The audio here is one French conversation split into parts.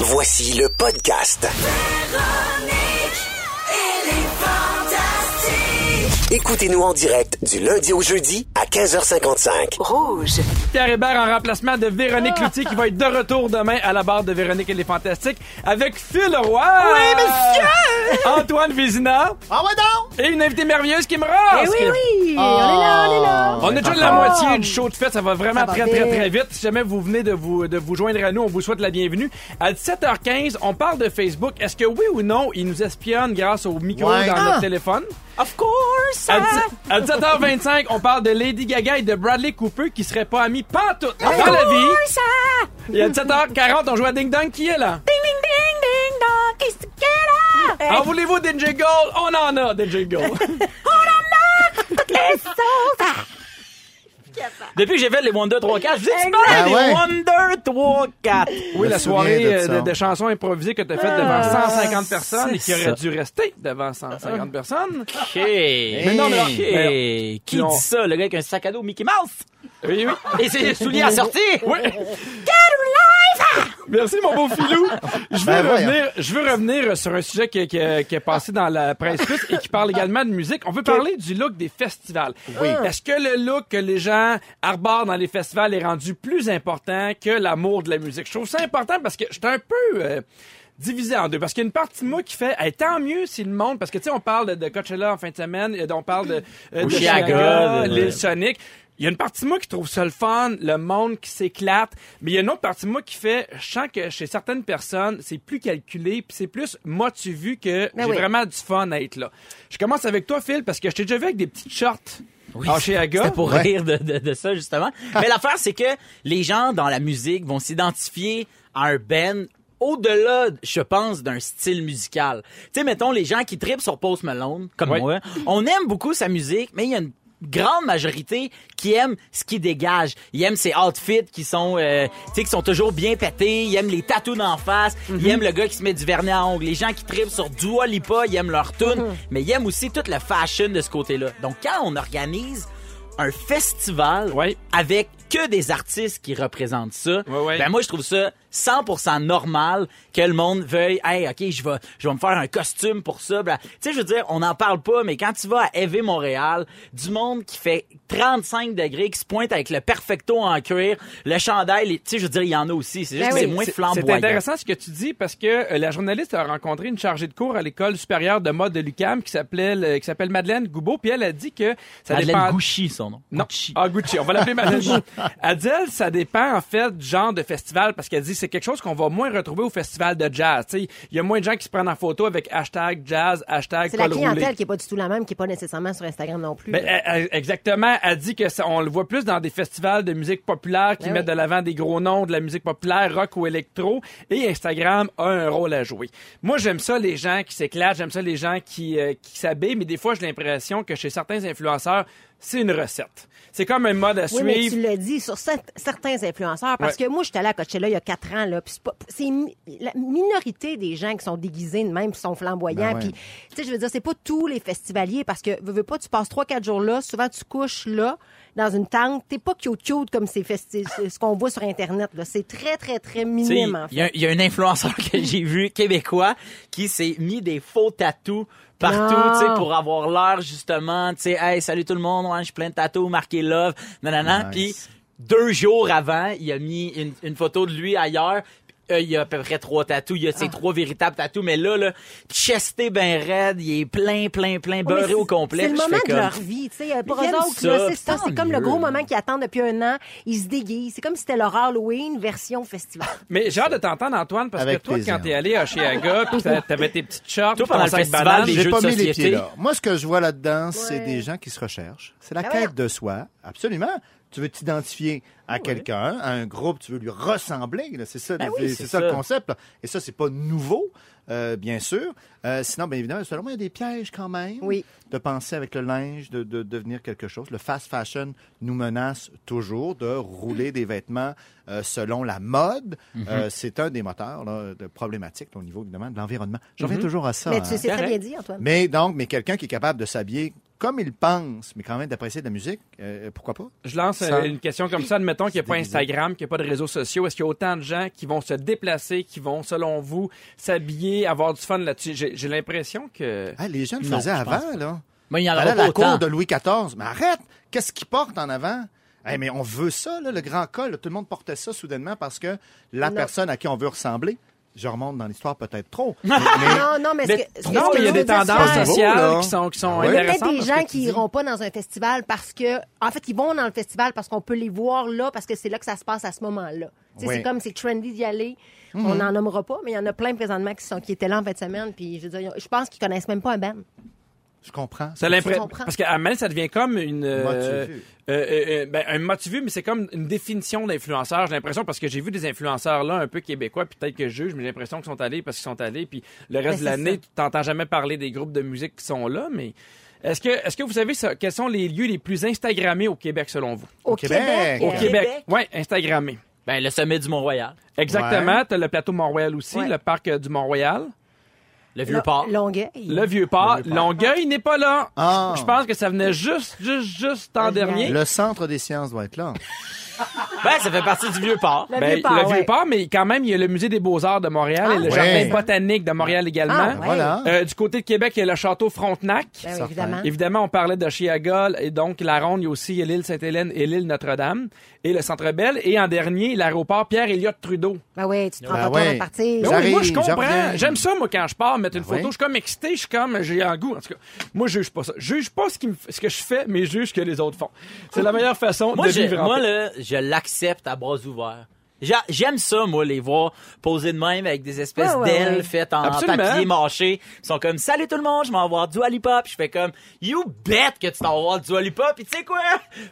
Voici le podcast. Écoutez-nous en direct du lundi au jeudi à 15h55. Rouge. Pierre Hébert en remplacement de Véronique Ah. Loutier qui va être de retour demain à la barre de Véronique et les Fantastiques avec Phil Roy. Oui, monsieur! Antoine Vézina. Ah ouais donc! Et une invitée merveilleuse qui me rase. Eh oui, on est là, on est là. On est déjà de la moitié du show de fête, ça va vraiment Ça va très très vite. très vite. Si jamais vous venez de vous, de vous joindre à nous, on vous souhaite la bienvenue. À 17h15, on parle de Facebook. Est-ce que oui ou non, ils nous espionnent grâce au micro Ouais. dans Ah. notre téléphone? Of course. hein? À, dix- à 17h25, on parle de Lady Gaga et de Bradley Cooper qui seraient pas amis pantoute dans la vie. Ça. Et à 17h40, on joue à Ding Dong qui est là. é. Ding ding ding ding dong. Qu'est-ce que là? En voulez-vous DJ Gold? On en a DJ Gold. Depuis que j'ai fait les Wonder 3 4, je vous ai dit, Ah Ben les ouais. Wonder 3 4. Oui, la me souviens soirée de euh, de, ça. de chansons improvisées que t'as faite devant 150 personnes et qui c'est aurait ça. dû rester devant 150 personnes. OK. Mais non, mais- Qui Ben, Non. dit ça? Le gars avec un sac à dos Mickey Mouse? Oui, oui. Et ses souliers à sortir? Oui. Merci, mon beau filou. Je veux, Ben, voyons. revenir, je veux revenir sur un sujet qui, qui- qui est passé dans la presse plus et qui Ah. parle également de musique. On veut parler du look des festivals. Est-ce que le look que les gens arborent dans les festivals est rendu plus important que l'amour de la musique? Je trouve ça important parce que j'étais un peu... euh, divisé en deux. Parce qu'il y a une partie de moi qui fait, hey, tant mieux si le monde, parce que tu sais, on parle de, de Coachella en fin de semaine, et on parle de, euh, de Chicago, Chicago, de- l'île Sonic. Il y a une partie de moi qui trouve ça le fun, le monde qui s'éclate, mais il y a une autre partie de moi qui fait, je sens que chez certaines personnes, c'est plus calculé, puis c'est plus moi tu vu que j'ai oui. vraiment du fun à être là. Je commence avec toi Phil parce que je t'ai déjà vu avec des petites shorts. Oui, en c'est- Chicago. C'était pour Ouais. Ah. rire de, de- de ça, justement. Mais l'affaire, c'est que les gens dans la musique vont s'identifier à un band au-delà, je pense, d'un style musical. Tu sais, mettons, les gens qui tripent sur Post Malone, comme Ouais. moi, on aime beaucoup sa musique, mais il y a une grande majorité qui aime ce qu'il dégage. Ils aiment ses outfits qui sont, euh, tu sais, qui sont toujours bien pétés. Ils aiment les tatous d'en face. Mhm. Ils aiment le gars qui se met du vernis à ongles. Les gens qui tripent sur Dua Lipa, ils aiment leur tune, Mhm. mais ils aiment aussi toute la fashion de ce côté-là. Donc, quand on organise un festival Ouais. avec que des artistes qui représentent ça, Ouais, ouais. ben moi je trouve ça 100% normal que le monde veuille hey OK, je vais je vais me faire un costume pour ça. bla. Tu sais je veux dire, on n'en parle pas mais quand tu vas à EV Montréal, du monde qui fait 35 degrés qui se pointe avec le perfecto en cuir, le chandail, les- tu sais je veux dire, il y en a aussi, c'est juste Ben que c'est oui. moins C'est- C'est flamboyant. intéressant ce que tu dis parce que euh, la journaliste a rencontré une chargée de cours à l'école supérieure de mode de l'UCAM qui s'appelait le- qui s'appelle Madeleine Goubeau puis elle a dit que ça Madeleine dépend Gouchy son nom. non. Gucci. Ah, Gucci. On va l'appeler Madeleine Goubeau. Elle dit, elle, ça dépend, en fait, du genre de festival, parce qu'elle dit, c'est quelque chose qu'on va moins retrouver au festival de jazz. Tu sais, il y a moins de gens qui se prennent en photo avec hashtag jazz, hashtag C'est la col roulé. clientèle qui est pas du tout la même, qui est pas nécessairement sur Instagram non plus. Ben, elle- elle- exactement. Elle dit que ça- on le voit plus dans des festivals de musique populaire qui Ben mettent oui. de l'avant des gros noms de la musique populaire, rock ou électro. Et Instagram a un rôle à jouer. Moi, j'aime ça les gens qui s'éclatent, j'aime ça les gens qui, euh, qui s'habillent, mais des fois, j'ai l'impression que chez certains influenceurs, c'est une recette. C'est comme un mode à Oui, suivre. mais tu l'as dit sur cer- certains influenceurs. Parce Ouais. que moi, j'étais allée à Coachella il y a quatre ans, là. puis c'est pas- c'est mi- la minorité des gens qui sont déguisés de même, qui sont flamboyants. Ben ouais. Puis, tu sais, je veux dire, c'est pas tous les festivaliers parce que, veux, veux pas, tu passes trois, quatre jours là. Souvent, tu couches là, dans une tente. T'es pas cute-cute comme ces festi- ce ce qu'on voit sur Internet, là. C'est très, très, très Tu sais, minime, en Il y, a- il y a un influenceur que j'ai vu québécois qui s'est mis des faux tatous partout, Non. tu sais, pour avoir l'air justement, tu sais, hey, salut tout le monde, ouais, je suis plein de tatous, marqué love, nanana, Nice. puis deux jours avant, il a mis une, une photo de lui ailleurs. Euh, il a à peu près trois tatous. Il a Ah. ses trois véritables tatous. Mais là, là, chesté ben raide. Il est plein, plein, plein, Ouais, mais beurré c'est- au complet. C'est le Puis je moment fais de comme- leur vie, tu sais. euh, Pour Ils eux aiment autres, ça, là, c'est ça. tant C'est comme le mieux. gros moment qu'ils attendent depuis un an. Ils se déguisent. C'est comme si c'était leur Halloween version festival. Mais j'ai hâte de t'entendre, Antoine, parce Avec que toi, plaisir. quand t'es allé à Chiaga, pis t'a- t'avais tes petites shorts, Toi, pis ton pendant le sac festival, banane, les Ah, J'ai jeux pas de mis les société. pieds là. Moi, ce que je vois là-dedans, c'est Ouais. des gens qui se recherchent. C'est la Ben quête voyons. de soi. Absolument. Tu veux t'identifier Ah à quelqu'un, à un groupe, tu veux lui ressembler. là. C'est ça, Ben c'est- oui, c'est c'est ça, le ça. concept. là. Et ça, c'est pas nouveau, euh, bien sûr. Euh, sinon, bien évidemment, selon moi, il y a des pièges quand même. Oui. De penser avec le linge, de, de devenir quelque chose. Le fast fashion nous menace toujours de rouler des vêtements euh, selon la mode. Mhm. Euh, c'est un des moteurs là, de problématiques Mhm. au niveau évidemment de l'environnement. Je reviens toujours à ça. Mais hein. tu sais très correct. bien dit, Antoine. Mais donc, mais quelqu'un qui est capable de s'habiller comme ils pensent, mais quand même d'apprécier de la musique, euh, pourquoi pas? Je lance euh, Ça- une question comme ça. Admettons qu'il n'y a pas déguisé. Instagram, qu'il n'y a pas de réseaux sociaux. Est-ce qu'il y a autant de gens qui vont se déplacer, qui vont, selon vous, s'habiller, avoir du fun là-dessus? J'ai j'ai l'impression que... Ah, les gens le Non, faisaient je pense avant, Ben là. Moi, il y en T'allais aura à la pas autant. cour de Louis XIV. Mais arrête! Qu'est-ce qu'ils portent en avant? Eh, mais on veut ça, là, le grand col. là. Tout le monde portait ça soudainement parce que la Non. personne à qui on veut ressembler, je remonte dans l'histoire peut-être trop. Ah, Non, non, mais, Mais- ce que- ce non, que il y a je veux des dire, tendances c'est- nouveau, sociales là. qui sont, qui sont Ah Ouais. Il y a peut-être intéressantes. des parce gens que tu qui dis- iront pas dans un festival parce que, en fait, ils vont dans le festival parce qu'on peut les voir là, parce que c'est là que ça se passe à ce moment-là. Tu sais, Ouais. C'est comme c'est trendy d'y aller. On n'en nommera pas, mais il y en a plein présentement qui, sont, qui étaient là en fin de semaine. Puis je, veux dire, je pense qu'ils connaissent même pas un band. Je comprends. T'as l'impression... comprends. Parce qu'à Mel, ça devient comme une... euh, Motivé. euh, euh, ben, un motivé, mais c'est comme une définition d'influenceur, j'ai l'impression, parce que j'ai vu des influenceurs là, un peu québécois, puis peut-être que je juge, mais j'ai l'impression qu'ils sont allés parce qu'ils sont allés, puis le Ben, reste c'est de l'année, ça. tu t'entends jamais parler des groupes de musique qui sont là, mais... Est-ce que, est-ce que vous savez ça, quels sont les lieux les plus Instagrammés au Québec selon vous? Au, Québec. Québec. Au Au euh, Québec. Québec? Oui, Instagrammé. Ben, le sommet du Mont-Royal, Exactement. T'as le plateau Mont-Royal aussi, Ouais. le parc euh, du Mont-Royal. le Lo- Vieux-Port. Longueuil. Le vieux port. Longueuil n'est pas là. Ah. Je pense que ça venait juste, juste, juste en dernier. Le centre des sciences doit être Hein? là. Ben, ça fait partie du Vieux-Port. Le Ben, Vieux-Port, le ouais. Vieux-Port, mais quand même, il y a le musée des Beaux-Arts de Montréal Ah, et le ouais. jardin botanique de Montréal également. Ah, ouais. Ben Voilà. Euh, du côté de Québec, il y a le château Frontenac. Ben oui, Certain. Ah. évidemment. Évidemment, on parlait de Chiaga et donc la Ronde, il y a aussi l'île Sainte-Hélène et l'île Notre-Dame et le Centre Belle et en dernier, l'aéroport pierre Elliott Trudeau. Ben oui, tu te rends Ben pas compte ouais. à partir. Ben Ben oui, moi, je J'arrive, comprends. j'arrive. J'aime ça, moi, quand je pars, mettre une Ah Ben oui. photo. Je suis comme excité, je suis comme, j'ai un goût. En tout cas, moi, je juge pas ça. Je juge pas ce, qui me f- ce que je fais, mais je juge ce que les autres font. C'est la meilleure façon Moi, de je, vivre en moi paix. là, je l'accepte à bras ouverts. J'a- J'aime ça, moi, les voir posés de même avec des espèces Ouais, ouais, d'ailes ouais. faites en, en Absolument. papier mâché. Ils sont comme « Salut tout le monde, je m'en vais voir du Lollipop. » Je fais comme « You bet que tu t'en vas voir du Lollipop. » Puis tu sais quoi?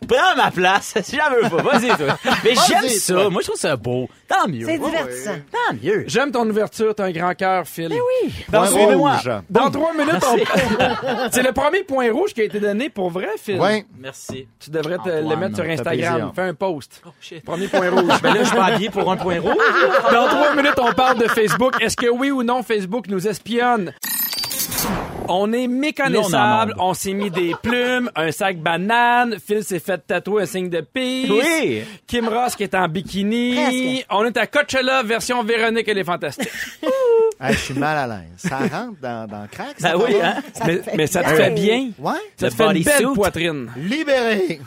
Prends ma place. J'en veux pas. Vas-y, toi. Mais j'aime Vas-y, ça. toi. Moi, je trouve ça beau. Tant mieux. Ben C'est divertissant. Tant mieux. J'aime ton ouverture, t'as un grand cœur, Ben Phil. oui. Dans Point ben, Suivez-moi. rouge. Dans trois minutes, on... c'est le premier point rouge qui a été donné pour vrai, Phil. Ouais. Merci. Tu devrais te Antoine, le mettre sur ça fait Instagram. plaisir. Fais un post. Oh, shit. Premier point rouge. Ben là, je vais habiller pour un point rouge. Dans trois minutes, on parle de Facebook. Est-ce que oui ou non, Facebook nous espionne? On est méconnaissable, Là, on est en on s'est mis des plumes, un sac banane, Phil s'est fait tatouer un signe de peace. Oui. Kim Ross qui est en bikini. Presque. On est à Coachella version Véronique et les Fantastiques. Ah, je suis mal à l'aise. Ça rentre dans, dans le crack, ça. Ben oui, par hein? Ça mais, te fait mais ça te bien. fait bien. Ouais. Ça Le te fait une bodysuit. belle poitrine. Libéré.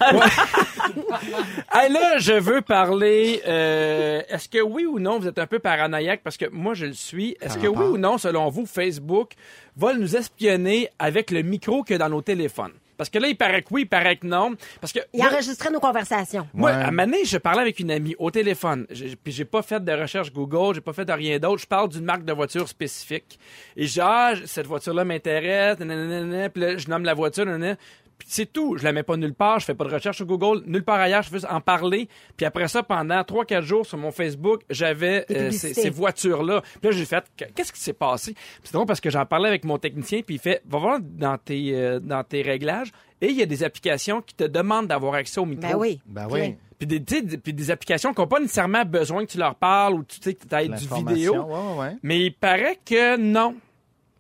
Hey, là, je veux parler. euh, Est-ce que oui ou non, vous êtes un peu paranoïaque parce que moi, je le suis. Est-ce que oui rapport? ou non, selon vous, Facebook va nous espionner avec le micro qu'il y a dans nos téléphones? Parce que là, il paraît que oui, il paraît que non. Parce que. Il enregistrait nos conversations. Moi, Ouais. à Mané, je parlais avec une amie au téléphone. J'ai- Puis j'ai pas fait de recherche Google, j'ai pas fait de rien d'autre. Je parle d'une marque de voiture spécifique. Et genre, cette voiture-là m'intéresse, nanana, puis là, je nomme la voiture, nanana. Puis c'est tout. Je la mets pas nulle part, je fais pas de recherche sur Google, nulle part ailleurs, je fais juste en parler. Puis après ça, pendant 3-4 jours sur mon Facebook, j'avais Des euh, ces, publicités. ces voitures-là. Puis là, j'ai fait, qu'est-ce qui s'est passé? Puis c'est drôle parce que j'en parlais avec mon technicien, puis il fait, va voir dans tes, euh, dans tes réglages, et il y a des applications qui te demandent d'avoir accès au micro. Ben oui. Ben oui. Puis des, tu sais, des- puis des applications qui n'ont pas nécessairement besoin que tu leur parles ou tu sais que tu aies du L'information, vidéo. Ouais, ouais, ouais. Mais il paraît que non.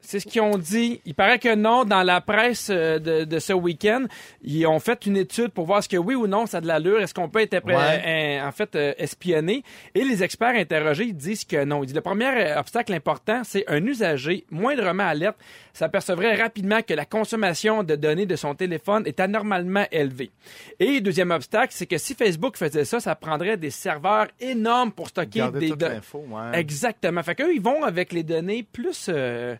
C'est ce qu'ils ont dit. Il paraît que non, dans la presse euh, de, de ce week-end, ils ont fait une étude pour voir ce que oui ou non, ça a de l'allure, est-ce qu'on peut être euh, Ouais. euh, en fait euh, espionné. Et les experts interrogés ils disent que non. Ils disent le premier euh, obstacle important, c'est un usager moindrement alerte s'apercevrait rapidement que la consommation de données de son téléphone est anormalement élevée. Et deuxième obstacle, c'est que si Facebook faisait ça, ça prendrait des serveurs énormes pour stocker Garder des toute données. l'info, ouais. Exactement. Fait qu'eux, ils vont avec les données plus. euh,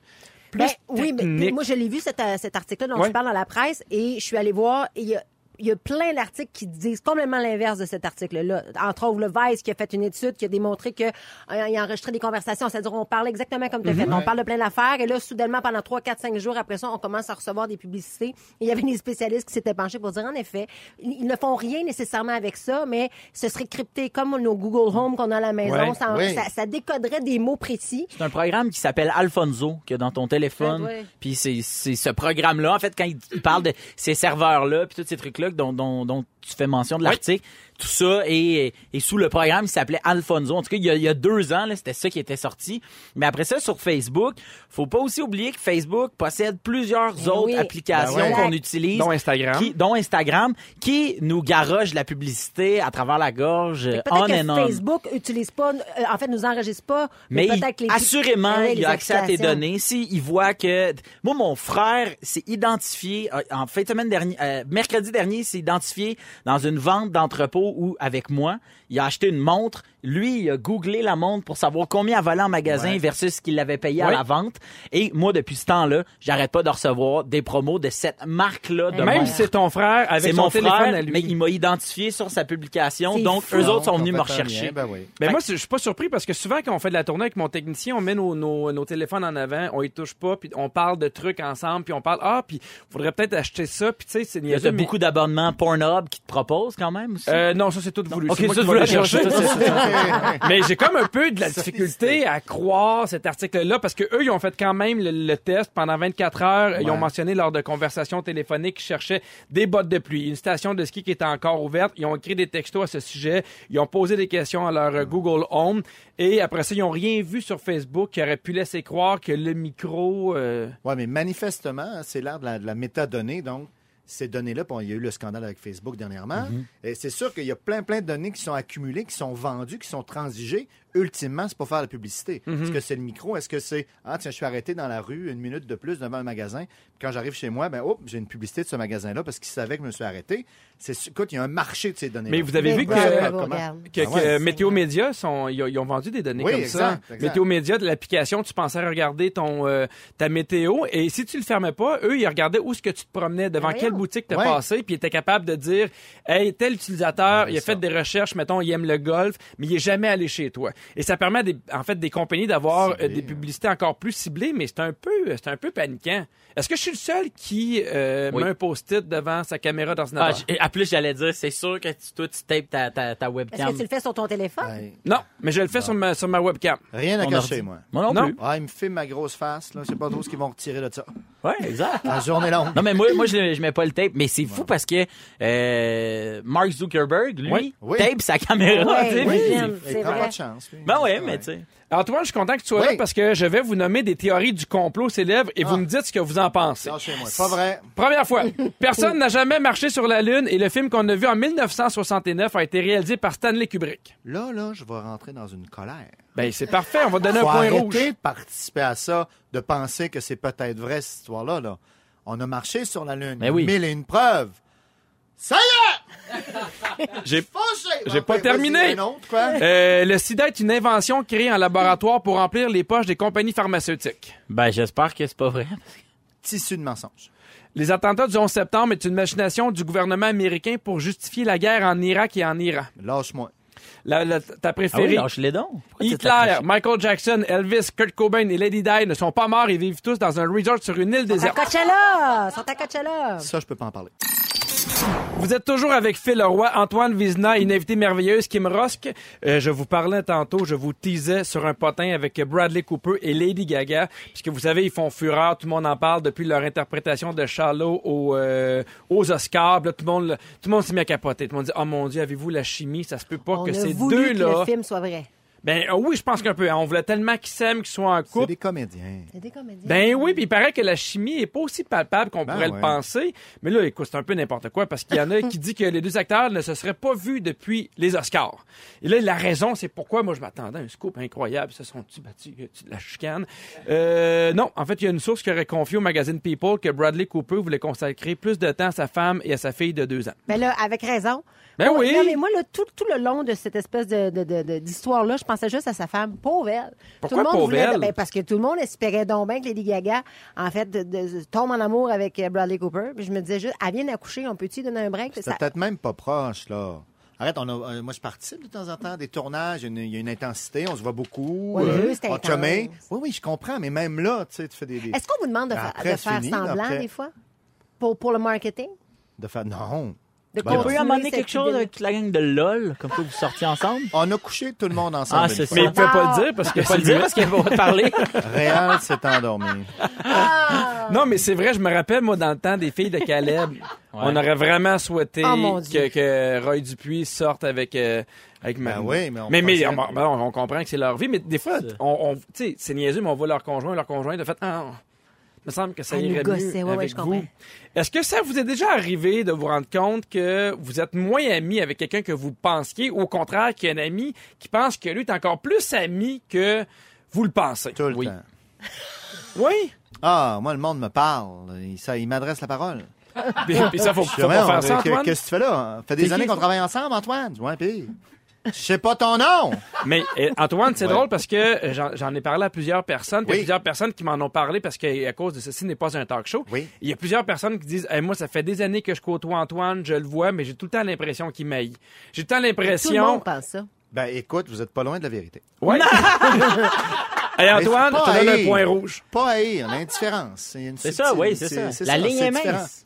plus Ben, oui, mais techniques. moi, je l'ai vu, cet, euh, cet article-là dont Ouais. tu parles dans la presse, et je suis allée voir, et il y a, il y a plein d'articles qui disent complètement l'inverse de cet article-là. Entre autres, le Vice qui a fait une étude qui a démontré que euh, il a enregistré des conversations, c'est-à-dire on parle exactement comme tu as Mhm. fait, on parle de plein d'affaires, et là, soudainement, pendant 3, 4, 5 jours après ça, on commence à recevoir des publicités. Et il y avait des spécialistes qui s'étaient penchés pour dire, en effet, ils ils ne font rien nécessairement avec ça, mais ce serait crypté comme nos Google Home qu'on a à la maison, Ouais. ça, Oui. ça- ça décoderait des mots précis. C'est un programme qui s'appelle Alfonso, que dans ton téléphone. Ah, ouais. Puis c'est c'est ce programme-là, en fait, quand il il parle de ces serveurs-là, puis tous ces trucs-là dont, dont, dont tu fais mention de l'article. Tout ça est, est sous le programme qui s'appelait Alfonso. En tout cas, il y a, il y a deux ans, là, c'était ça qui était sorti. Mais après ça, sur Facebook, faut pas aussi oublier que Facebook possède plusieurs autres Eh oui. applications Ben ouais. qu'on utilise. Dont Instagram. Qui, dont Instagram, qui nous garoge la publicité à travers la gorge, euh, Peut-être on que and on. Facebook utilise pas, euh, en fait, nous enregistre pas, Mais mais, il- peut-être que les assurément, avec il les a accès à tes applications. données. Si il voit que moi, mon frère s'est identifié euh, en fin de semaine dernière, euh, mercredi dernier, il s'est identifié dans une vente d'entrepôt où avec moi, il a acheté une montre. Lui, il a googlé la montre pour savoir combien elle valait en magasin versus ce qu'il avait payé à Ouais. la vente. Et moi, depuis ce temps-là, j'arrête pas de recevoir des promos de cette marque-là Eh de Même montre. si c'est ton frère avec C'est son mon téléphone frère, à lui. mais il m'a identifié sur sa publication, C'est donc fou. eux autres sont venus me Complètement rechercher. bien, Ben oui. Ben moi, c'est- je suis pas surpris parce que souvent, quand on fait de la tournée avec mon technicien, on met nos, nos, nos téléphones en avant, on y touche pas, puis on parle de trucs ensemble, puis on parle, ah, puis faudrait peut-être acheter ça, puis tu sais, c'est Il y a niaiseux, mais- beaucoup d'abonnements Pornhub qui te proposent quand même aussi. Euh, non, ça c'est tout voulu. Ok, C'est moi ça, qui tu vais l'as le chercher. cherché, ça, Mais j'ai comme un peu de la difficulté à croire cet article-là parce que eux, ils ont fait quand même le, le test pendant 24 heures. Ils ont mentionné lors de conversations téléphoniques qu'ils cherchaient des bottes de pluie, une station de ski qui était encore ouverte. Ils ont écrit des textos à ce sujet. Ils ont posé des questions à leur euh, Google Home et après ça, ils ont rien vu sur Facebook qui aurait pu laisser croire que le micro. euh, Oui, mais manifestement, c'est l'ère de la, de la métadonnée. Donc, ces données-là, bon, il y a eu le scandale avec Facebook dernièrement. Mhm. Et c'est sûr qu'il y a plein, plein de données qui sont accumulées, qui sont vendues, qui sont transigées. Ultimement, c'est pour faire de la publicité. Mhm. Est-ce que c'est le micro? Est-ce que c'est Ah, tiens, je suis arrêté dans la rue une minute de plus devant un magasin. Puis quand j'arrive chez moi, ben, oh, j'ai une publicité de ce magasin-là parce qu'ils savaient que je me suis arrêté. C'est sûr- Écoute, il y a un marché de ces données-là. Mais vous avez Mais vu que, bravo, euh, bravo, comment- regarde. que, Ah ouais. que Météo Média sont ils, ont- ils ont vendu des données Oui, comme exact, ça. exact. Météo Média de l'application, tu pensais regarder ton euh, ta météo et si tu le fermais pas, eux ils regardaient où est-ce que tu te promenais, devant Voyons. quelle boutique tu Ouais. passé, puis ils étaient capables de dire hey, tel utilisateur, Ouais, il a ça. fait des recherches, mettons il aime le golf, mais il est jamais allé chez toi. Et ça permet à des, en fait des compagnies d'avoir Ciblé, euh, des hein. publicités encore plus ciblées, mais c'est un peu c'est un peu paniquant. Est-ce que je suis le seul qui euh, Oui. met un post-it devant sa caméra Ah, d'ordinateur j- à plus, j'allais dire, c'est sûr que tu, toi, tu tapes ta, ta, ta Est-ce webcam. que tu le fais sur ton téléphone? Ben, Non, mais je le fais sur ma sur ma webcam. rien à Mon cacher, ordi. moi. Moi non, Non. plus. Ah, ils me filment ma grosse face. Là. Je sais pas trop ce qu'ils vont retirer de ça. Ouais, exact. La journée longue. Non, mais moi, moi je, je mets pas le tape, mais c'est fou parce que euh, Mark Zuckerberg, lui, Oui, oui. tape sa caméra. Ouais, tu sais, oui. puis- j'aime, Il c'est prend vrai. pas de chance. lui. Ben ouais, mais tu sais. Antoine, je suis content que tu sois Oui. Ah. là parce que je vais vous nommer des théories du complot célèbres et vous me dites ce que vous en pensez. Non, chez moi. Pas vrai. Première fois, personne n'a jamais marché sur la Lune et le film qu'on a vu en 1969 a été réalisé par Stanley Kubrick. Là, là, je vais rentrer dans une colère. Ben, c'est parfait, on va donner un Faut point arrêter rouge. de participer à ça, de penser que c'est peut-être vrai, cette histoire-là. Là. On a marché sur la Lune. Mais oui. Mille et une preuves. Ça y J'ai- est! Fâché! j'ai Bon, pas ben, terminé. vas-y, un autre, quoi. Euh, le sida est une invention créée en laboratoire pour remplir les poches des compagnies pharmaceutiques. Ben, j'espère que c'est pas vrai. Tissu de mensonge. Les attentats du 11 septembre est une machination du gouvernement américain pour justifier la guerre en Irak et en Iran. Lâche-moi. La, la- ta Ah oui, préférée, lâche-les donc. Pourquoi tu te la Hitler, caches? Michael Jackson, Elvis, Kurt Cobain et Lady Di ne sont pas morts et vivent tous dans un resort sur une île Sont à déserte. Coachella! Sont à Coachella! Ça, je peux pas en parler. Vous êtes toujours avec Phil Leroy, Antoine Vizna, une invitée merveilleuse, Kim Rosk. Euh, je vous parlais tantôt, je vous teasais sur un potin avec Bradley Cooper et Lady Gaga, puisque vous savez, ils font fureur, tout le monde en parle depuis leur interprétation de Shallow au, euh, aux Oscars. Puis là, tout le monde, tout le monde s'est mis à capoter. Tout le monde dit, oh mon Dieu, avez-vous la chimie? Ça se peut pas On que a ces voulu que deux-là... le film soit vrai. Ben euh, oui, je pense qu'un peu. hein. On voulait tellement qu'ils s'aiment, qu'ils soient en C'est couple. des comédiens. C'est des comédiens. Ben oui, puis il paraît que la chimie est pas aussi palpable qu'on Ben pourrait le ouais. penser. Mais là, écoute, c'est un peu n'importe quoi parce qu'il y en a qui dit que les deux acteurs ne se seraient pas vus depuis les Oscars. Et là, la raison, c'est pourquoi moi je m'attendais à un scoop incroyable. Ils Se sont-tu battus, Y a-tu de la chicane? Euh, non, en fait, il y a une source qui aurait confié au magazine People que Bradley Cooper voulait consacrer plus de temps à sa femme et à sa fille de deux ans. Ben là, avec raison. Ben Moi, oui. non, mais moi, là, tout, tout le long de cette espèce de, de- de- de- d'histoire-là, je pensais juste à sa femme, pauvre elle. Pourquoi tout le monde pauvre voulait, elle? ben, parce que tout le monde espérait donc bien que Lady Gaga, en fait, de- de- tombe en amour avec euh, Bradley Cooper. Puis je me disais juste, elle vient d'accoucher, on peut-tu lui donner un break? C'est peut-être même pas proche, là. Arrête, on a- euh, moi, je participe de temps en temps à des tournages. Il y a une- il y a une intensité, on se voit beaucoup. Ouais, le jeu, c'est on intense. chumait. Oui, oui, je comprends, mais même là, tu sais, tu fais des. des- Est-ce qu'on vous demande de, fa- Après, de faire c'est fini, semblant après. des fois? Pour, pour le marketing? de faire. Non. De Bon. Ben, On peut continuer y amener cette quelque chose idée-là. avec la gang de LOL, comme quoi vous sortiez ensemble? On a couché tout le monde ensemble. Ah, une c'est ça. fois. Mais il peut pas Ah. le dire parce que Faut pas le c'est dire lui. parce qu'elle va parler. Réal s'est endormi. Ah. Non, mais c'est vrai, je me rappelle, moi, dans le temps des filles de Caleb, on aurait vraiment souhaité Oh, mon Dieu. que, que Roy Dupuis sorte avec, euh, avec ma- Ben oui, mais on mais, mais, pensait- on, ben, on- on comprend que c'est leur vie, mais des fois, on, on- tu sais, c'est niaiseux, mais on voit leur conjoint, leur conjoint, de fait, ah, on- il me semble que ça Elle nous irait gossait, mieux Ah, ouais, ouais, avec je vous. comprends. Est-ce que ça vous est déjà arrivé de vous rendre compte que vous êtes moins ami avec quelqu'un que vous pensiez, ou au contraire, qu'il y a un ami qui pense que lui est encore plus ami que vous le pensez? Tout le oui. temps. Oui. Ah, moi, le monde me parle. Il, ça- il m'adresse la parole. Puis puis ça, faut, faut Comment, pas on- faire ça, que- Antoine. Qu'est-ce que tu fais là? Ça fait T'es des qui, années qu'on toi? travaille ensemble, Antoine. Ouais, puis. Je sais pas ton nom! Mais euh, Antoine, c'est Ouais. drôle parce que euh, j'en j'en ai parlé à plusieurs personnes, puis il y a Oui. plusieurs personnes qui m'en ont parlé parce que à cause de ceci n'est pas un talk show. Oui. Il y a plusieurs personnes qui disent Eh, moi ça fait des années que je côtoie Antoine, je le vois, mais j'ai tout le temps l'impression qu'il m'aille. J'ai tout le temps Tout le monde l'impression. pense ça. Ben, écoute, vous êtes pas loin de la vérité. Ouais. Hey, Antoine, Mais je c'est pas te donne un haïr. point rouge. Pas haïr, l'indifférence. C'est une C'est subtile- ça, oui, c'est ça. La ligne c'est est différent. mince.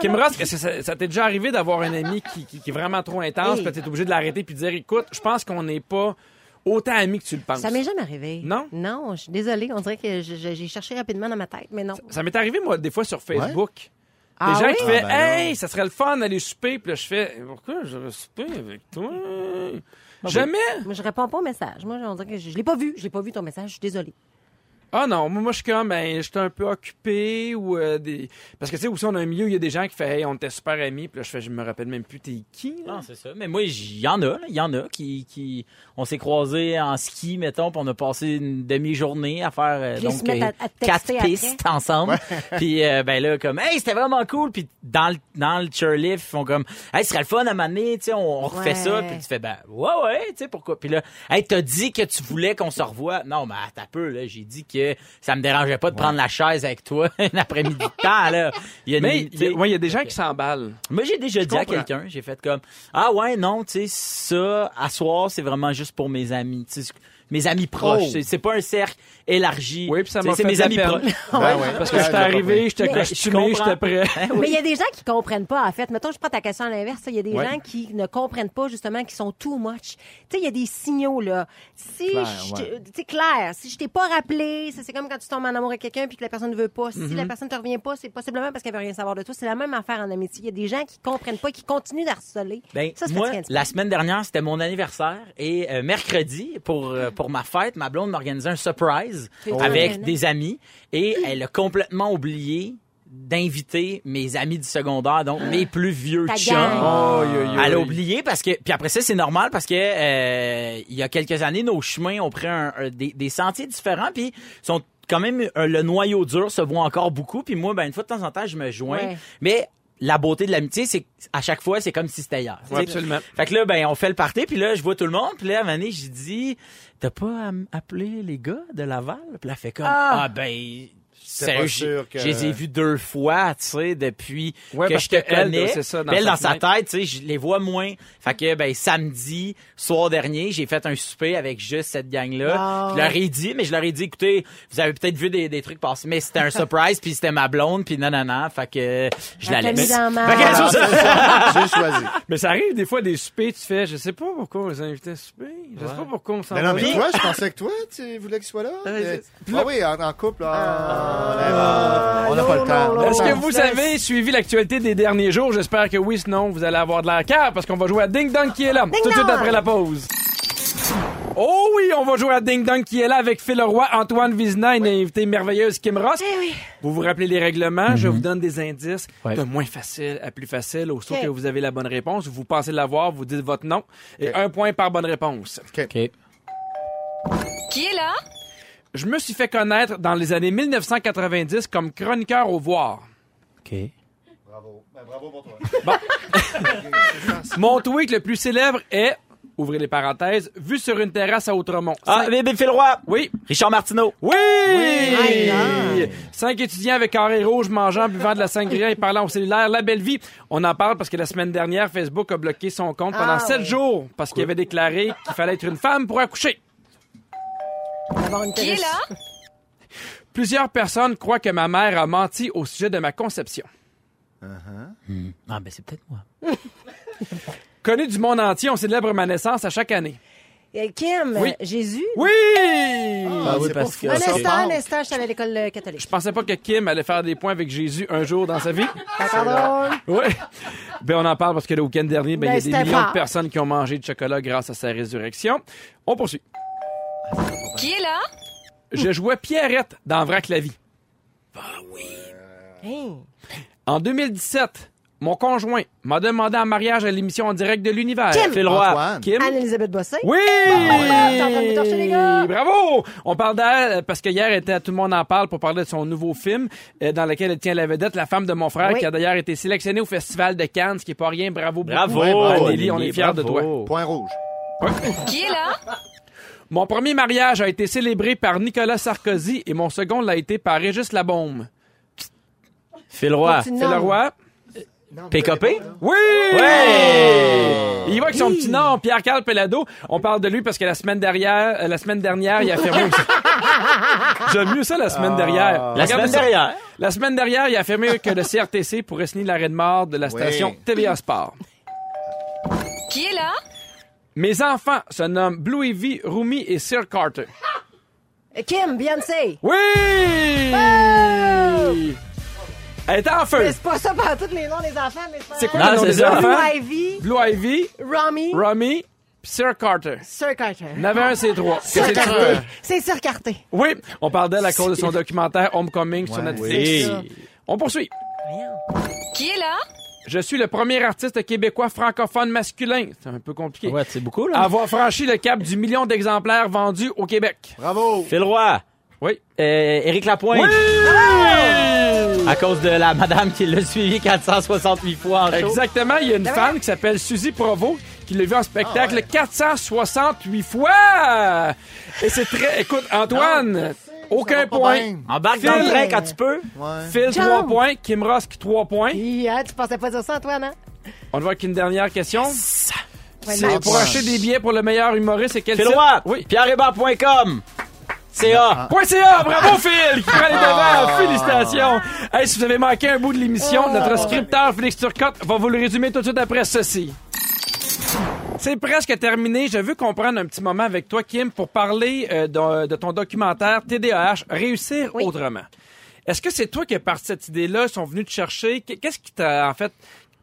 Kimros, est-ce que ça, ça t'est déjà arrivé d'avoir un ami qui, qui- qui est vraiment trop intense, Hey. puis t'es obligé de l'arrêter puis de dire écoute, je pense qu'on n'est pas autant amis que tu le penses. Ça m'est jamais arrivé. Non? Non, je suis désolée. On dirait que je- je- j'ai cherché rapidement dans ma tête, mais non. Ça m'est arrivé, moi, des fois sur Facebook. Des Ah gens oui? qui fait Ah, ben Hey, ça serait le fun d'aller souper. Puis là, je fais Pourquoi j'aurais souper avec toi Ah Jamais Moi, je réponds pas au message. Moi, on dirait que je, je l'ai pas vu. Je l'ai pas vu ton message. Je suis désolée. Ah non, moi, moi, je suis comme ben, J'étais un peu occupé. ou euh, des... Parce que tu sais, aussi, on a un milieu où il y a des gens qui font Hey, on était super amis. Puis là, je fais Je me rappelle même plus, t'es qui là? Non, Ah, c'est ça. Mais moi, il y en a, là. il y en a qui, qui on s'est croisés en ski, mettons, puis on a passé une demi-journée à faire euh, Puis ils se donc mettent euh, à- à te quatre texter après. pistes ensemble. puis euh, ben là, comme, hey, c'était vraiment cool. Puis dans le dans le chairlift, ils font comme, hey, ce serait le fun à maner, tu sais, on, on refait Ouais. ça. Puis tu fais, ben ouais, ouais, tu sais pourquoi. Puis là, hey, t'as dit que tu voulais qu'on se revoie. Non, mais attends un peu, là, j'ai dit que ça me dérangeait pas de prendre la chaise avec toi un après-midi de temps, là. Il y a une Mais limite, il y, a- tu sais. ouais, il y a des gens qui s'emballent. Moi, j'ai déjà dit à comprends. quelqu'un, j'ai fait comme Ah ouais, non, tu sais, ça, à soir, c'est vraiment juste pour mes amis. Tu sais, mes amis proches. Oh. C'est- C'est pas un cercle élargi. Oui, puis ça Tu sais, m'a C'est fait mes de la amis peine. proches. Ben ouais. Parce que j'étais arrivé, j'étais Mais- costumé, je comprends. j'étais prêt. Mais il y a des gens qui comprennent pas, en fait. Mettons, je prends ta question à l'inverse. Il y a des Ouais. gens qui ne comprennent pas, justement, qui sont too much. Tu sais, il y a des signaux, là. Si Clair, je t'ai- ouais. tu sais, clair, si je t'ai pas rappelé, ça, c'est comme quand tu tombes en amour avec quelqu'un puis que la personne ne veut pas. Si la personne te revient pas, c'est possiblement parce qu'elle veut rien savoir de toi. C'est la même affaire en amitié. Il y a des gens qui comprennent pas, qui continuent d'harceler. Ben, ça, c'est moi, fatigant. la semaine dernière, c'était mon anniversaire et euh, mercredi, pour, euh, pour ma fête, ma blonde m'organisait un surprise Oh. avec des amis et elle a complètement oublié d'inviter mes amis du secondaire, donc mes plus vieux Ah. Ta gang. chums. Oh, yo, yo. Elle a oublié parce que puis après ça c'est normal parce que euh, il y a quelques années nos chemins ont pris un- un- des, des sentiers différents puis sont quand même euh, le noyau dur se voit encore beaucoup puis moi ben une fois de temps en temps je me joins Ouais. mais la beauté de l'amitié c'est que à chaque fois c'est comme si c'était hier. Ouais, absolument. Fait que là ben on fait le party puis là je vois tout le monde puis là à un moment donné, j'ai dit t'as pas appelé les gars de Laval puis là elle fait comme ah, Ah. ben pas sérieux, j'ai- sûr que- je les ai vus deux fois, tu sais, depuis Ouais, que parce je te que elle, connais. c'est ça, dans elle, sa dans sa fenêtre. tête, tu sais, je les vois moins. Fait que, ben, samedi, soir dernier, j'ai fait un souper avec juste cette gang-là. Wow. Je leur ai dit, mais je leur ai dit, écoutez, vous avez peut-être vu des, des trucs passer, mais c'était un surprise, puis c'était ma blonde, puis non, non, non. Fait que, je la Elle t'a laisse. mis dans la Fait que, c'est merde. Alors, ça. c'est ça, J'ai choisi. Mais ça arrive des fois des soupers, tu fais Je sais pas pourquoi on les a invités à souper. Je sais pas pourquoi on s'en Mais non, va là. mais toi, je pensais que toi, tu voulais qu'il soit là. Mais- Ah oui, en, en couple. Ah, ah, on n'a pas non, le temps. non, on n'a Est-ce pas que le temps. vous avez suivi l'actualité des derniers jours? J'espère que oui, sinon vous allez avoir de la cave parce qu'on va jouer à Ding Dong qui est là tout de suite Dong! après la pause. Oh oui, on va jouer à Ding Dong qui est là avec Phil Roy, Antoine Vizina et une invitée merveilleuse Kim Ross. Eh Vous vous rappelez les règlements, je vous donne des indices Ouais. de moins facile à plus facile. Au saut Ok. que vous avez la bonne réponse, vous pensez l'avoir, vous dites votre nom et un point par bonne réponse. OK. Qui est là? Je me suis fait connaître dans les années 1990 comme chroniqueur au voir. OK. Bravo. Ben, bravo pour toi. Mon tweet le plus célèbre est, ouvrez les parenthèses, vu sur une terrasse à Outremont. Ah, Cinq- bébé Filroy. Oui. Richard Martineau. Oui! Oui! Ah, Cinq étudiants avec carré rouge mangeant, buvant de la sangria et parlant au cellulaire. La belle vie. On en parle parce que la semaine dernière, Facebook a bloqué son compte pendant Ah, sept oui. jours parce qu'il avait déclaré qu'il fallait être une femme pour accoucher. D'avoir une Qui est terrasse. là? Plusieurs personnes croient que ma mère a menti au sujet de ma conception. Ah, ben, c'est peut-être moi. Connu du monde entier, on célèbre ma naissance à chaque année. Euh, Kim, Oui. Jésus. Oui! Ah oui, c'est parce pas que- Un fou, ça. instant, un instant, je suis allée à l'école euh, Je catholique. pensais pas que Kim allait faire des points avec Jésus un jour dans sa vie. Pardon. Oui. Ben, on en parle parce que le week-end dernier, ben, Ben, il y a c'était des millions fort. de personnes qui ont mangé de chocolat grâce à sa résurrection. On poursuit. Qui est là? Je jouais Pierrette dans Vrac la vie. Hey. En 2017, mon conjoint m'a demandé en mariage à l'émission en direct de l'univers. Kim. Phil Roy. Antoine. Kim. Anne-Elisabeth Bossé. Oui! t'es en train de me torcher, les gars. Bravo! On parle d'elle euh, parce que hier, elle était à Tout le monde en parle pour parler de son nouveau film euh, dans lequel elle tient la vedette, la femme de mon frère, Oui. qui a d'ailleurs été sélectionnée au Festival de Cannes, ce qui est pas rien. Bravo, beaucoup. Bravo, Ouais, bravo, Anneli, on est fiers de toi. bravo. Point rouge. Qui est là? Mon premier mariage a été célébré par Nicolas Sarkozy et mon second l'a été par Régis Labaume. Phil Roy. Faut que tu C'est le roi? Pécopé? Euh, Oui! Ouais! Il va avec son petit nom, Pierre-Carl Pelado. On parle de lui parce que la semaine dernière, euh, la semaine dernière, il a fermé aussi. J'aime mieux ça, la semaine derrière. La Regardez semaine ça. derrière. La semaine dernière, il a affirmé que le CRTC pourrait signer l'arrêt de mort de la Oui. station TVA Sport. Qui est là? Mes enfants se nomment Blue Ivy, Rumi et Sir Carter. Euh, Kim, Beyoncé. Oui! Oh! Elle était en feu. Mais C'est pas ça par tous les noms des enfants, mais C'est quoi Non, le nom c'est des ça. enfants? Blue Ivy, Blue Ivy, Romy, Rumi, pis Sir Carter. Sir Carter. 9 c'est 3. Sir Carter. C'est Sir Carter. Oui, on parle d'elle à cause de son documentaire Homecoming sur Ouais. Netflix. On poursuit. Qui est là? Je suis le premier artiste québécois francophone masculin. C'est un peu compliqué. Ouais, c'est beaucoup, À là. Avoir franchi le cap du million d'exemplaires vendus au Québec. Bravo. Phil Roy. Oui. Euh, Éric Lapointe. Oui! À cause de la madame qui l'a suivi 468 fois en show. Exactement, il y a une fan qui s'appelle Suzy Provo qui l'a vu en spectacle 468 fois. Et c'est très... Écoute, Antoine, aucun va pas point. bien. Embarque Phil. dans le train quand tu peux. Ouais. Phil, Jump. 3 points. Kim Rosk, 3 points. Puis, hein, tu pensais pas dire ça, toi, non? On va avec une dernière question. Ouais, C'est non. pour acheter des billets pour le meilleur humoriste, c'est quel Phil site? Roy. Oui. Pierrehéber.com. CA. Point CA, bravo Phil, qui prend les devants, félicitations. Hey, si vous avez manqué un bout de l'émission, notre scripteur Félix Turcotte va vous le résumer tout de suite après ceci. C'est presque terminé. Je veux qu'on prenne un petit moment avec toi, Kim, pour parler euh, de, de ton documentaire TDAH, Réussir autrement. Est-ce que c'est toi qui es parti de cette idée-là? Ils sont venus te chercher? Qu- Qu'est-ce qui t'a, en fait,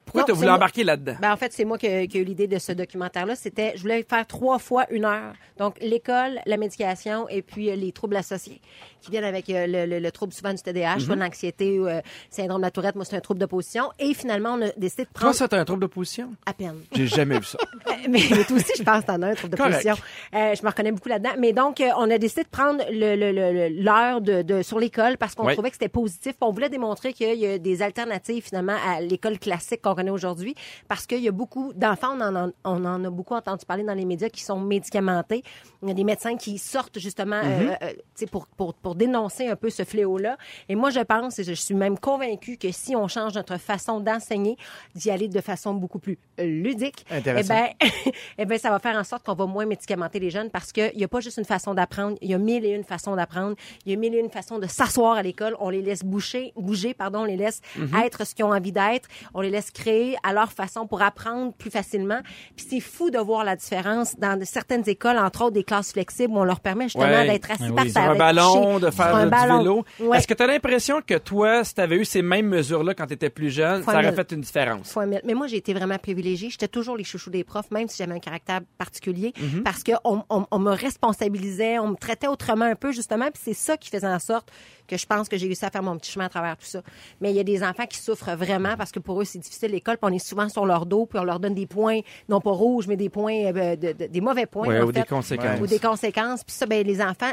pourquoi Non, t'as c'est voulu moi. embarquer là-dedans? Ben, en fait, c'est moi qui ai qui ai eu l'idée de ce documentaire-là. C'était, je voulais faire trois fois une heure. Donc, l'école, la médication et puis euh, les troubles associés qui viennent avec euh, le, le- le trouble souvent du TDAH, Mm-hmm. soit l'anxiété ou euh, syndrome de la tourette. Moi, c'est un trouble d'opposition. Et finalement, on a décidé de Toi, prendre ça, t'as un trouble de position? à peine. J'ai jamais vu ça. Euh, mais, mais toi aussi, je pense que t'en as un trouble de Correct. position. Euh, je me reconnais beaucoup là-dedans. Mais donc, euh, on a décidé de prendre le- le- le- le- l'heure de, de- sur l'école parce qu'on Oui. trouvait que c'était positif. Puis On voulait démontrer qu'il y a des alternatives finalement à l'école classique qu'on connaît aujourd'hui parce qu'il y a beaucoup d'enfants, on en, en- on en a beaucoup entendu parler dans les médias, qui sont médicamentés. Il y a des médecins qui sortent justement euh, euh, tu sais, pour, pour, pour dénoncer un peu ce fléau-là. Et moi, je pense et je suis même convaincue que si on change notre façon d'enseigner, d'y aller de façon beaucoup plus euh, ludique, eh Intéressant. ben, eh ben, ça va faire en sorte qu'on va moins médicamenter les jeunes parce qu'il n'y a pas juste une façon d'apprendre, il y a mille et une façons d'apprendre, il y a mille et une façons de s'asseoir à l'école. On les laisse boucher, bouger, pardon, on les laisse Mhm. être ce qu'ils ont envie d'être, on les laisse créer à leur façon pour apprendre plus facilement. Puis c'est fou de voir la différence dans de- certaines écoles, entre autres des classes flexibles, où on leur permet justement Ouais. d'être assis Ben par oui, terre, Sur un d'être ballon, couché de faire sur un du ballon. vélo. Ouais. Est-ce que tu as l'impression que toi, si tu avais eu ces mêmes mesures-là quand tu étais plus jeune, Fois ça aurait mille. fait une différence? fois mille. Mais moi, j'ai été vraiment privilégiée. J'étais toujours les chouchous des profs, même si j'avais un caractère particulier, Mhm. parce qu'on on, on me responsabilisait, on me traitait autrement un peu, justement. Puis c'est ça qui faisait en sorte que je pense que j'ai réussi à faire mon petit chemin à travers tout ça. Mais il y a des enfants qui souffrent vraiment parce que pour eux, c'est difficile l'école, puis on est souvent sur leur dos, puis on leur donne des points, non pas rouges, mais des points, euh, de- de- des mauvais points. Ouais, en ou des fait. conséquences. Ou des conséquences. Puis ça, ben, les enfants,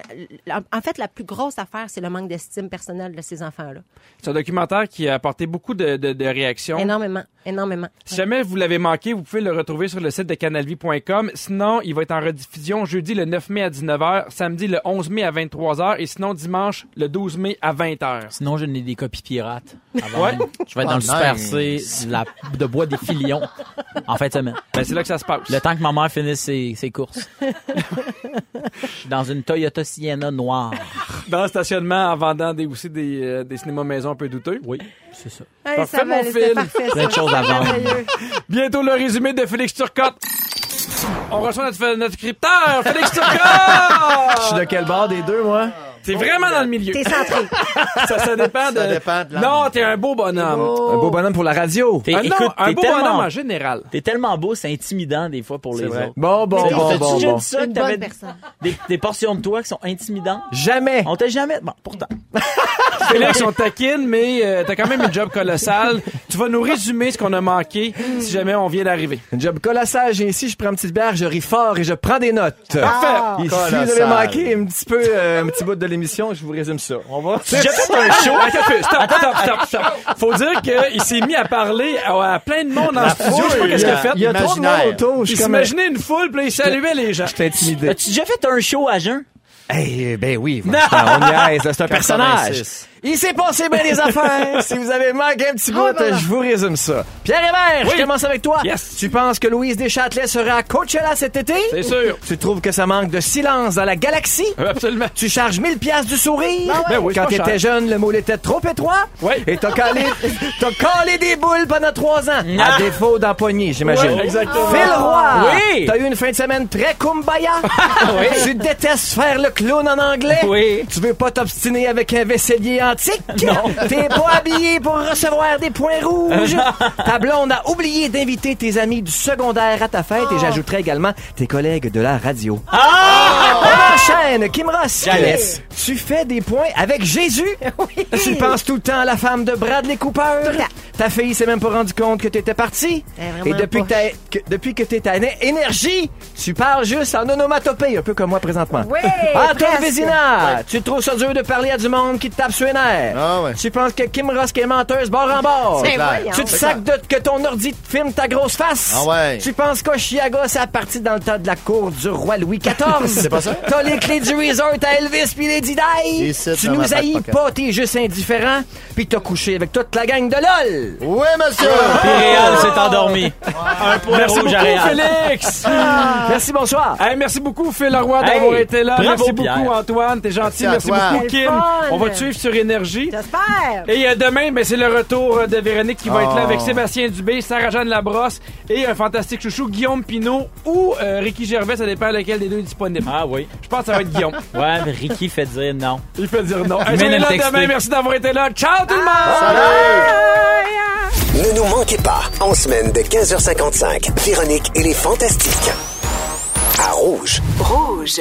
en fait, la plus grosse affaire, c'est le manque d'estime personnelle de ces enfants-là. C'est un documentaire qui a apporté beaucoup de, de- de réactions. Énormément, énormément. Si jamais vous l'avez manqué, vous pouvez le retrouver sur le site de canalvie.com. Sinon, il va être en rediffusion jeudi le 9 mai à 19h, samedi le 11 mai à 23h et sinon dimanche le 12 mai à 20h. Sinon, je n'ai des copies pirates. Avant. Ouais. Je vais être dans le Oh, Super nice. C de la- de bois des filions en fin de semaine. Ben, c'est là que ça se passe. Le temps que ma mère finisse ses, ses courses. Je suis dans une Toyota Sienna noire. dans le stationnement en vendant des, aussi des, euh, des cinémas maison un peu douteux. Oui, c'est ça. Hey, Parfait, ça mon va aller, Phil. c'était parfait. Plein de ça. choses à vendre. Merveilleux. Bientôt le résumé de Félix Turcotte. On reçoit notre, notre crypteur, Félix Turcotte! Je suis de quel bord des deux, moi? T'es vraiment dans le milieu. T'es centré. Ça, ça dépend de... Ça dépend de l'angle. non, t'es un beau bonhomme. Un beau bonhomme pour la radio. T'es, Ah non, écoute, un t'es beau tellement, bonhomme en général. t'es tellement beau, c'est intimidant des fois pour les autres. Bon, bon, T'as-tu bon, bon, déjà bon. dit ça, que Une t'avais bonne personne. des, des portions de toi qui sont intimidantes? Jamais. On t'a jamais... Bon, pourtant. Félix, on taquine, mais euh, t'as quand même une job colossale. Tu vas nous résumer ce qu'on a manqué si jamais on vient d'arriver. Un job colossal, j'ai ici, je prends une petite bière, je ris fort et je prends des notes. Parfait. Et si Colossal. vous avez manqué un petit peu, euh, un petit bout de l'émission, je vous résume ça. On va. J'ai fait un show. Attends, un peu. stop, stop, stop, stop. Faut dire qu'il s'est mis à parler à, à plein de monde en studio. Je sais pas foule, qu'est-ce qu'il a fait. Il y a trop de monde Imaginaire. autour, je Il suis comme... Je s'imaginait une foule, puis il saluait les gens. suis intimidé. As-tu déjà fait un show à jeun? Eh ben oui, franchement, on niaise, là, c'est un personnage. 86. Il s'est passé bien des affaires. si vous avez manqué un petit bout, je vous résume ça. Pierre Hébert, Oui. je commence avec toi. Yes. Tu penses que Louise Deschâtelet sera à Coachella cet été? C'est sûr. Tu trouves que ça manque de silence dans la galaxie? Euh, Absolument. Tu charges 1000 piastres du sourire. ouais. Ben oui, Quand c'est pas t'étais cher. jeune, le moule était trop étroit. Ouais. Et t'as collé, t'as collé des boules pendant trois ans. À défaut d'empoigner, j'imagine. Ouais, Ah. exactement. Phil Roy. Oui. T'as eu une fin de semaine très kumbaya. Ah Tu détestes faire le clown en anglais. Oui. Tu veux pas t'obstiner avec un vaisselier antique. T'es pas habillé pour recevoir des points rouges. Ta blonde a oublié d'inviter tes amis du secondaire à ta fête. Ah. Et j'ajouterai également tes collègues de la radio. On enchaîne, Kim Ross. Jalès. Tu fais des points avec Jésus. Tu penses tout le temps à la femme de Bradley Cooper. le temps. Ta fille s'est même pas rendue compte que t'étais parti. Elle est vraiment Et depuis que, poche. t'as- Eh, que- depuis que t'es à né- énergie, tu parles juste en onomatopée, un peu comme moi présentement. Oui, Antoine presque. Vézina, tu trouves ça dur de parler à du monde qui te tape sur les nerfs. Ah ouais. Tu penses que Kim Ross qui est menteuse bord en bord. Ben clair. voyons. Tu te sacs de, que ton ordi te filme ta grosse face. Ah ouais. Tu penses qu'à Chiaga, c'est parti dans le temps de la cour du roi Louis XIV. C'est pas ça? T'as les clés du resort à Elvis puis les Didailles. Ici, Tu dans ma nous back haïs pocket. pas, t'es juste indifférent. Puis t'as couché avec toute la gang de LOL. Oui, monsieur! Ah! Puis Réal s'est endormi. Un point Merci rouge beaucoup, à Réal. Félix. Ah. Merci, bonsoir. Hey, merci beaucoup, Phil Leroy, Hey, d'avoir été là. bravo, merci Pierre. beaucoup, Antoine. T'es gentil. Merci, Merci à toi. beaucoup, Quel Kim. fun. On va te suivre sur Énergie. J'espère. Et euh, demain, ben, c'est le retour euh, de Véronique qui va être là Oh. avec Sébastien Dubé, Sarah-Jeanne Labrosse et un fantastique chouchou, Guillaume Pinault ou euh, Ricky Gervais, ça dépend lequel des deux est disponible. Ah oui. Je pense que ça va être Guillaume. Ouais, mais Ricky fait dire non. Il peut dire non. Hey, Mais soyez elle là texte. demain. Merci d'avoir été là. Ciao tout le monde! Ne nous manquez pas, en semaine de 15h55, Véronique et les Fantastiques. À Rouge. Rouge.